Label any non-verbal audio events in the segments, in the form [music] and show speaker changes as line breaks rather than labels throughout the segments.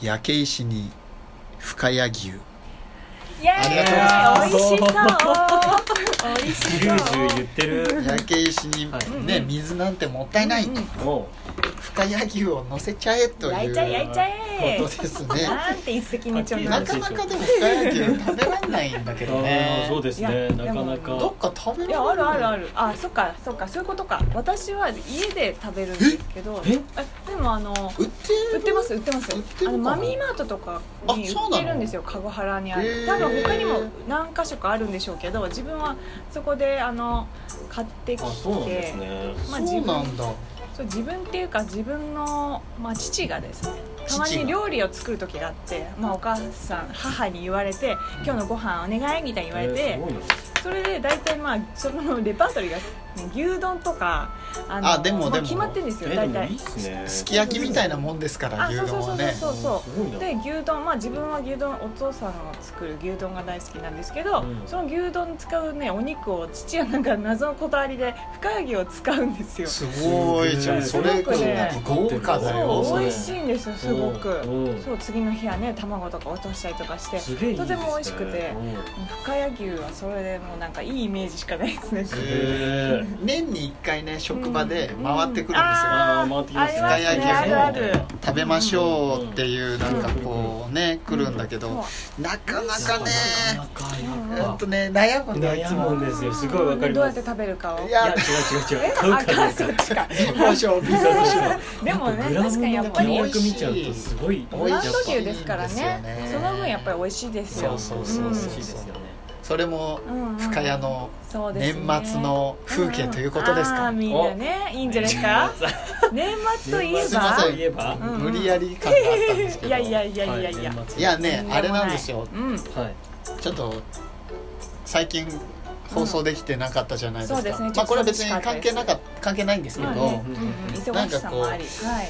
焼け石に深谷牛
イエー
ありが
イ美味しそう美味し
ジ
そ
ュ
う
ージュー言ってる
焼け石に
はい
ね水なんてもったいない
も
深谷牛を乗せちゃえと
焼
い
いうちゃえ焼いちゃえ
ことですね
[laughs] なんて一石二鳥な
なん
だ
かなかでも深谷牛食べられないんだけ
う
ど
あ
ね
ーそうです
い
ね
や
なかな
で
ど
か
っか食べられる
いやあるあるあるあそっかそっかそういうことか私は家で食べるんですけど
ええ
でもあの
売ってる
売ってます売ってます
売ってる
あ
か
の
な
マミーマートとか
あ
に売
そうな
っ
の
てるんですよ籠原にあ
へ
る
ー
多分他にも何か所かあるんでしょうけど自分はそこであの買ってき
あそうなんで
て
すね
まあ
そうなんだ
そう自分っていうか自分の、まあ、父がですねたま
父
に
が
料理を作る時があって、まあ、お母さん母に言われて「今日のご飯お願い」みたいに言われて、
えーすごいな
それで大体まあそのレパートリーが、ね、牛丼とかあ
あでも
ま
でも
決まってるんですよ
えー
大
でも
体
いいっすね
すき焼きみたいなもんですから
あ
牛
そうそう
丼
そ
は
うそう
ね
そう
あーすごい
そう
な
で牛丼まあ自分は牛丼お父さんの作る牛丼が大好きなんですけど、
うん
その牛丼に使うねお肉を父はなんか謎のこだわりで深川牛を使うんですよ
すごいじゃん
す
そ
ごい
れこそ
ね
豪華だよ
そ
そうう
美
ね
味しいんですよすごく
うんうん
そう次の日はね卵とか落としたりとかして
すげえいいですね
とても美味しくて
うん
深谷牛はそれでもうなんかいいイメージしかないですね
へ
へー
年に一回ね職場で
うん
回ってくるんですよ、
あ
あー回ってきますね
あります
深谷
ねあ
牛
る
も
ある
食べましょうっていうなんかこうね、来るんだけど、
そう
なかなかね
なか
うん
な
ほん
か
とね悩むんだよいつ
悩む
も
んですよすごいわかり
どうや
ま
っ
す
て食べるかを
い
い
や
や違う違う違
え
う
あ
買うか
か
どう [laughs]
そっ
か
ちか
交渉ビザ
でもね
やっぱ
確かにやっぱ
グラムの
り
金額見ちゃうとすごい
ブ
美
ラ
味
ン
し
ド
い
牛ですからね
美味しいんですよね
その分やっぱり美味しいですよ
そうそうそう
美
ん
味しいですよね
それも
うんうん
深谷の
そうで
年
すね
末の風景ということです
うんあ
か、
ーみんなねいいんじゃないですか年末といえ
すい
ば
ません
言えば
うんうん
無理やり感があったんですけど
いやいやいやいやいや
は年末
いやねあれなんですよ
うん
はい
ちょっと最近放送できてなかったじゃないですか、
うんそうですね
まあ、これは別
ちょ
に
っと
関係なかっ関係ないんですけど、
まあね
うん
うんうん忙しさもありはい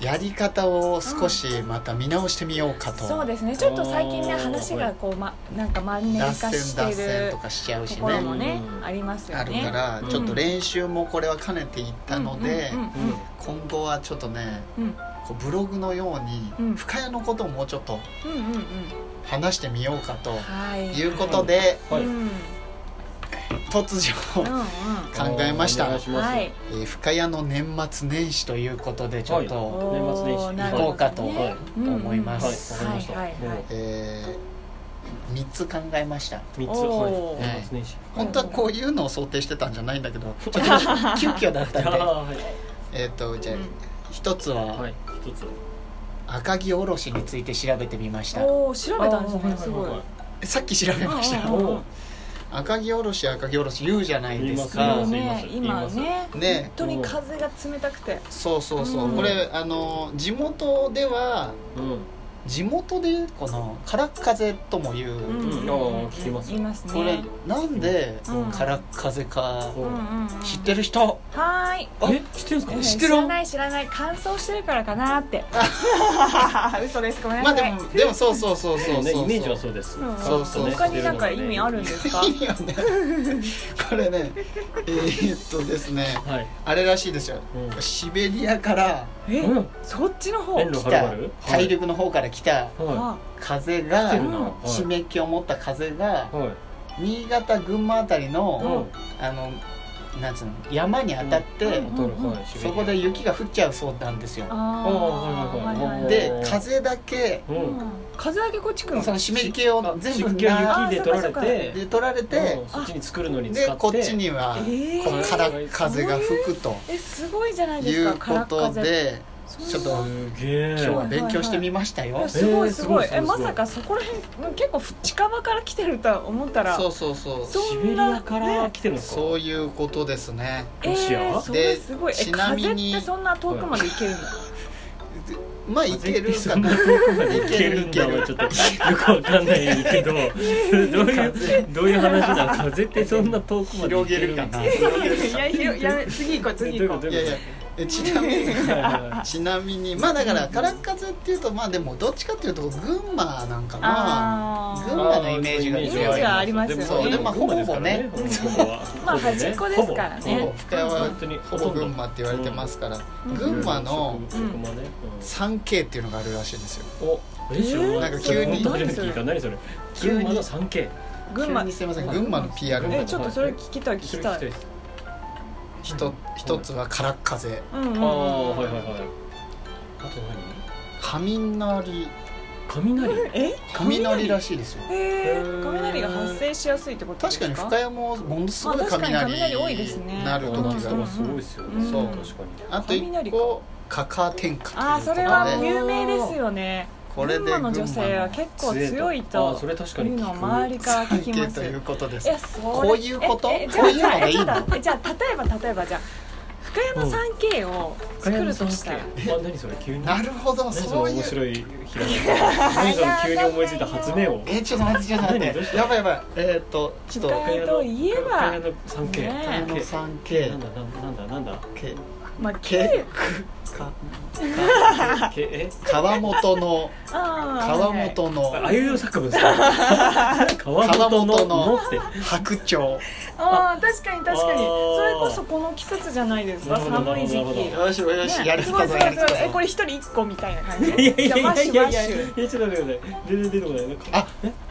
やり方を少しまた見直してみようかと、
そうですねちょっと最近ね
あー
話がこうまなんかマンネリ化
脱
し
線
て
脱
る
線とかしちゃう
と
し
ころ
ね
もね
うん
ありますよ
ある
ね
から、
うん
ちょっと練習もこれは兼ねていったので、
うんうん
今後はちょっとね
うんうん
こうブログのよう
うん
に深谷のことをもうちょっと
うんうんうん
話してみようかと
はい
いうことで、
はい
うんうん
突如、
う
考えました
お願いし
ん
ます
はい
えー深谷の年末年始ということでちょっと、
はい年末年始
おー
行
こうかと
なるほどね
思いま
はい、わ
す
かりました。
はいはいはい
も
え3つ考えました
う三つ、
おー
はい、年末年始。
本当はこういうのを想定してたんじゃないんだけどちょっと急遽だったんで
[laughs] あー
えっとじゃあ
うん
一つ
はい、は、
はい
一つ。
赤城おろしについて調べてみました
おお調べたんです
あ
ね
ー
すごい
は
さっき調べまし
うん
た
うんうん
おー
赤城おろし赤城おろし言うじゃないです
言
か
いますね
ね
言い
今
ます
ね
ね
本当に風が冷たくて
そうそうそう、
うん
これあの地元では
うん、
地元でこの「からっ風」とも言う、
んあー聞きます
言いますね
これなんで
うん
「からっ風」か
う
うんうんうん
知ってる人
はーい
あ
え、知ってんすか。
えー
知ってる
らない知らない乾燥してるからかなーって [laughs] 嘘ですごめん
まあで
なさい、
もでもそうそうそう
そ
そうう
ね、
そう
イメージはそうです。
うん
そうそう
他になんか意味あるんですか
いいよね [laughs] これねえーっとですね
はい。
あれらしいですよ、
うん
シベリアから
え、
うん
そっちの方
遠
来
路はる
た
ばる。
大陸の方から来た
は
あ
風
い。来
が
てるな。
うん
はい。
湿気を持った風が
はい。
新潟群馬あたりの
うん。
あのなんつうの山に当たって
うん
当たる。はい。
そこで雪が降っちゃうそうなんですよ
あー
はいはいはい
は
で
うん
風だけ
う。
うんん風だけこっち来る
そ
の
の湿気を全部
湿気
な
は雪で取られ
あー
て
で。取られて
うんそっちに作るのに使って。
でこっちには
え
こう
ー、
から風が吹くと
えすごいじゃないで
い
す
う
かから
こ
っ
と
風
でちょっと
すげえ。
今日は勉強してみましたよ
いやすごい
えー
すごい,、
すごい
え
すご
ま
い
さかそこら辺うん結構近場から来てるとは思ったら
そうそうそう
そ
シ
んな
ベリアから来てるんですか。
そういうことですね
え
ロシア
ー、それすごいえ
でちなみに
風ってそんな遠くまで行けるの
まあいける
そ
か
んな
な
遠くまで行けるんだはちょっとよくわかんないけどどういうどういう話なの風ってそんな遠くまで行
広げるか
んだ
な
やいややめ次行こう次行こう
どういうことどういうこと
いやいやえちなみに
はいはい
[laughs]
はい
ちなみにまあだからカラッカズっていうとまあでもどっちかっていうと群馬なんかな
あ
群
ー
馬のイメージが強い
イメージがありますよね
そうでもほぼね
まあ端っこですからね
そう深谷は
本当に
ほぼ群馬って言われてますから
うん
群馬の
うん職場ね
3K っていうのがあるらしいんですよ
うんおえ知らない
なんか急に
それ本当初めて聞いた何それ
急
群
に
馬の 3K
群馬
急にすいません群馬の PR
えちょっとそれ聞きたい聞きたい
ひと一つはカラッカゼ
うんうんう
あ
ん
あはいはいはいあと
雷
何雷
え
雷らしいですよ
えー雷が発生しやすいってこと
確
です
か
か
に深谷もものすごい
まあ確かに雷多いです
雷
ね
なる
夏
時
と
が
かすごいですよ
うん
ねそう
うん
確かに
あと1
雷か
個カカ天下
ああ
とい
そう
こ
れ
と
は
で
有名ですよね
これで
群馬の女性は
群
結構強い
強あ
と
それ確か
い
に
う
聞く
のを周りから聞き
馬の
ま
関係という
す
ことです
いやそれ
こういうこと
ええじゃあ
こういうのがいいの
じゃあえちょっと待ってじゃあ例えば例えばじゃあ深谷の 3K を作るとしたら
あ何それ急に
なるほど
何その
そうい
面
う
白い
[laughs]
ひらめき何その急に思いついた発明を
えちょっと待ってちょっと待っ
何どうしてた
やばいやばいえーっとちょっと
深谷といえば
深谷の 3K
ね
あ
え
の
3K なん
3K
だなんだなんだ
け
まあ
け
け
か
なんだ K え
川本の
川
川本の
あいうえお作文ですか
[laughs]
川本の
川本の
のって
白鳥
ああ確かに確かに
あー
それこそこの季節じゃないですか
なるほど
寒い時
なるほどな
期
るほ
よしよしやり
す
き
ご
た
いす
ぞ
ごい
や
す
りきた
ごい
ぞ
えこれ一人一個みたいな感じ
いやいやい
じゃあマッ
や
シ
い
ュマ
や
ッ
い
シ
やい
ュ
やちょっと待ってください全然出てこないなんか
あ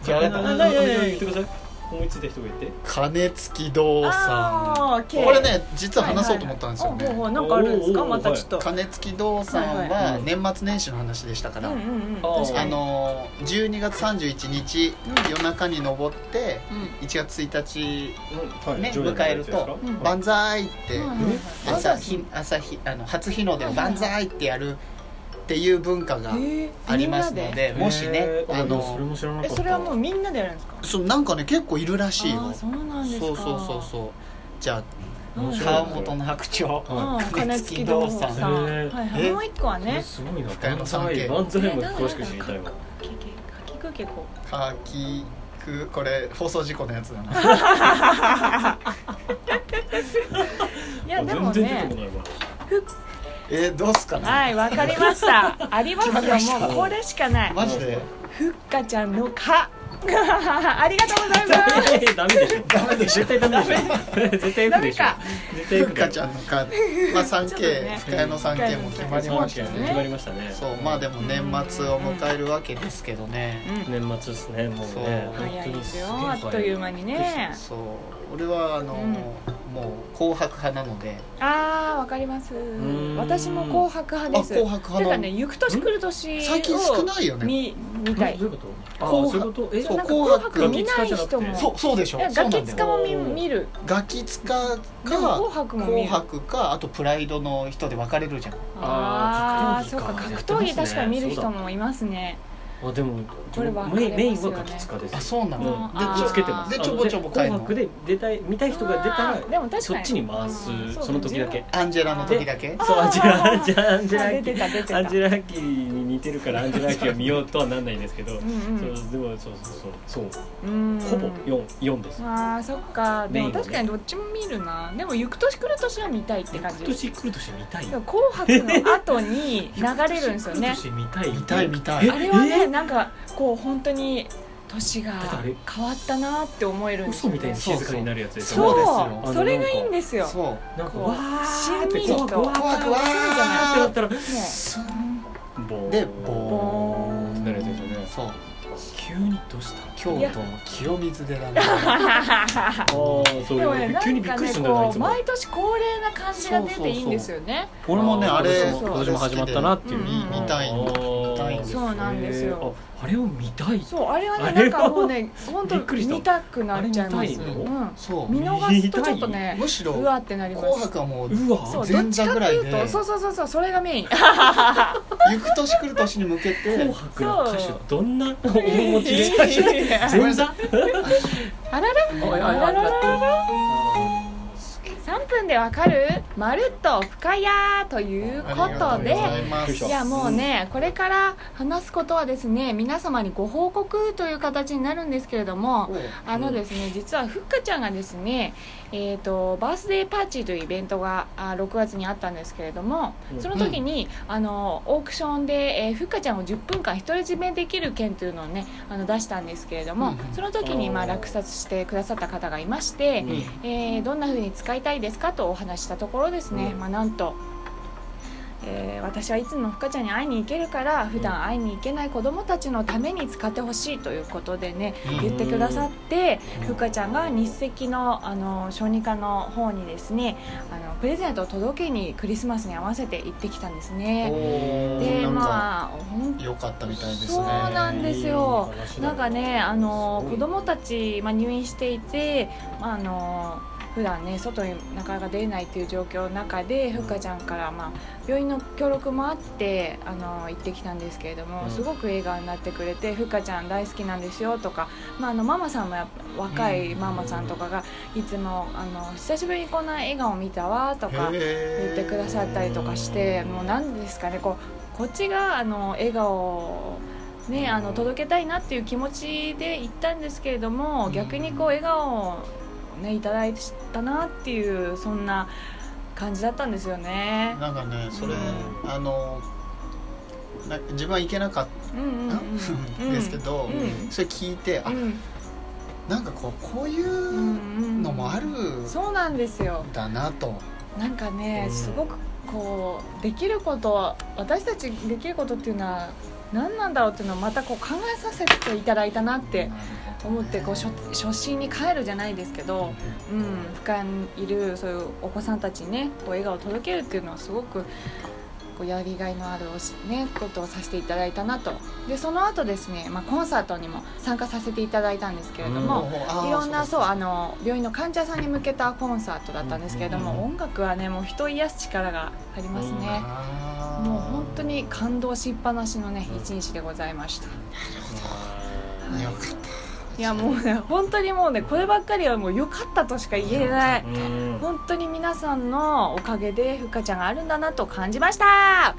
じゃあ
あ
あ
の
ななな言ってください思いついた人がいて
金付き道さ
あー K
んこれね実は話そうと思ったんですよ
はいはいはい
ね
おうおうおうなんかあるんです
お
か
うおうおう
またちょっと
金付き道さんは年末年始の話でしたから、
うんうんうん
あー
確か
あ
に
のー12月31日、
うん
夜中に登って
うん
1月1
うん
ね
上位の
迎えると
やつで
日
すか
「万歳」って、
うんうんうん
朝日朝日あの初日の出の「万歳」ってやるっていう文化が
えー
ありますので、もしね
へー
あ
それ
の
も知らな
みんな
かっ
でえ
た
それはもうみんなでやるんですか
そうなんかね結構いるら
あ
しい
ー
よ
そうなんですか
そうそうそうそうじゃ
面
あ
白い
川本の白鳥
うん金
金
付
付
き
き
道
道
さ
さ
ん
ん
はい
へー
はい
え
もう一個はね
すごいな
深谷の
万歳
3K
万歳も
えー
詳しく知りたいわ
かきかきくけこ
かきくこれ放送事故のやつだな
いや
あ
でも
全
ね
然出てこないわ
えーどうすかな
はいわかりましたあります
決まりまし
よ
た
もうこれしかない
マジで
ふっかちゃんのか [laughs] ありがとうございま
[laughs] ダメでしょ
ダメでしょ
絶対ダメでしょ絶対 F でしょ
ダメか
絶対
ふ
F
っ
だ
か
よ
ちゃんの
[laughs]
か、まあ、
ちょっと
3K、
ね
深谷の 3K も決まりました
そうです
ね
ね
決まりましたね
そうまあでも年末を迎えるわけですけど
す、
ね、
うん、
年末ですねもう
そう
ね本
早
当
い
に
です
げえ
よあ
早
っという間にね
そう俺はあの、
うん
もう紅白派なので
あーわかります
ん
私も紅白派
あ
です
紅白
てか
派
ね
の
行く年来る年を
最近少ないよね
見見た
え
い
どういうことあ
紅
そうい
白そう
な
うことえ
んか
紅白
紅白見ない人も
そうそうでしょ
いや
そう
ガ
な
キ
んだ
使
よ
も見見る
ガキ使か
でも紅白も見
紅
る
白かあとプライドの人で分かれるじゃん
あ
あ
ー
ー
そうか
格闘技か
格闘技
やってますね
確かに見る人もいますね
あでも
これ分か
メ
れ
インメイ
ま
ン
すよ
は
ね
ガキ使です
あそうな
うん
の、
あー
でちょつけてます
で
あの
ちょぼちょぼ帰るの
紅白で出たい見たい人が出た
あーでも確からに
そっちに回す
うんそう
その時だけ
アンジェラの時だけ
あー
そうアンジェラアンジェラアンジェラ
あ
ア
出
キ
てた出て
ア
た
ンジェラアキに似てるからアンジェラアキを見ようとはなんないんですけど、
うんうん
そうでもそうそうそうそう
うん
ほぼ四四です。
あーそっかで
メイン
も
はね
確かにどっちも見るなでも行く年来る年は見たいって感じ
今年来る年見たい。
でも紅白の後に流れるんですよね
今年来る年見たい。
見たい見たい
え
あれは
え
ねなんかこう本当に年が
だってあれ
変わったなって思えるんです
嘘
よ
みたい
ね
に
す
静かになるやつです
そう
よね。
です
そ
よ
それがいいんですよ
そう
なんか
こう
わー
しんみり
怖
と
く怖く
怖くわ
ってな
ー
ったら、
そう
ボーン
で
ボ
ボ
ーン
ーン
なるやつですよね。
そう
急にどうした？
京都の清水寺の
ああそう
でもね、
急に
なんか
びっくり
ね、
するんだよねい
こう
つも。
毎年恒例な感じが出ていいんですよね。
俺もね
あー
あれ
そうそう今年も始まったなっていう
見
ん
見たいの見たいんです
そうなんですよ
へー。ああれを見たい。
そう、あれはね、
あ
な
れ
ん
は
かもうね、本当
びっくりした
見たくなっちゃいま
あれ
す。
見
う
た
い
の
ん、
そ
見
う
逃すとちょっとね、
むしろ
うわってなります。
紅白はもう
うわ。
そう、どっ
前
ち
座
か
ぐ
と
ら
い
いうで
と、そうそうそうそう、それがメイン。
行く年来る年に向けて
紅白の歌手はどんな面持ちで前座
あらら、あららららら、
すげえ
さ3分でわかる「まるっと深谷」というこ
りが
と
うご
で
ざいます
いやもうねこれから話すことはですね皆様にご報告という形になるんですけれどもあのですね実はふっかちゃんがですねえーとバースデーパーティーというイベントがあ6月にあったんですけれども
うん
その時にあのオークションでえーふっかちゃんを10分間独り占めできる券というのをねあの出したんですけれど
う
も
ん
その時にまあ
あー
落札してくださった方がいまして、
うん
えーどんな風に使いたいですかとお話ししたところですね、
うん
まあ、なんと、えー私はいつもふかちゃんに会いに行けるから普段会いに行けない子どもたちのために使ってほしいということでね
うん
言ってくださって
うん
ふかちゃんが日赤のあの小児科の方にですねあのプレゼントを届けにクリスマスに合わせて行ってきたんですね。
おー
で
なんか
まあ本
良かったみたいですね
そうなんですよ
いい話だ
なんかね、あの
すごい
子供たち、まあ、入院していて、まあ、あの普段ね外になかなか出れないという状況の中でふっかちゃんから、まあ、病院の協力もあってあの行ってきたんですけれども、
うん
すごく笑顔になってくれてふっかちゃん大好きなんですよとか、まあ、あのママさんもやっぱ若いママさんとかがいつもあの久しぶりにこんな笑顔見たわとか言
言
ってくださったりとかしてもう何ですかねこうこっちがあの笑顔を、ね、あの届けたいなっていう気持ちで行ったんですけれども逆にこう笑顔を、ね、いただいたなっていうそんな感じだったんですよね。
なんかねそれ、
う
あのな自分は行けなかっ
うんうん
た、
うん
ですけど、
うん
それ聞いて、
う
あ
ん
なんかこうこうい
うんう
うんのもある
そうなんですよ
だなと、
なんかね、
うん
すごくこうできること私たちできることっていうのは何なんだろうっていうのをまたこう考えさせていただいたなって思ってこう初初心に帰るじゃないですけど、うん、俯瞰にいるそういうお子さんたちにねこう笑顔を届けるっていうのはすごくこうやりがいのあるおし、ね、ことをさせていただいたなとでその後ですね、まあ、コンサートにも参加させていただいたんですけれども。
うん
いろんなそう
う
あの病院の患者さんに向けたコンサートだったんですけれども、
うんうんうん
音楽はねもう人を癒す力がありますね、もう本当に感動しっぱなしのね
うん
一日でございました
あ
よかった
いやもうね本当にもうねこればっかりはもう良かったとしか言えない
ーうん
本当に皆さんのおかげでふっかちゃんがあるんだなと感じました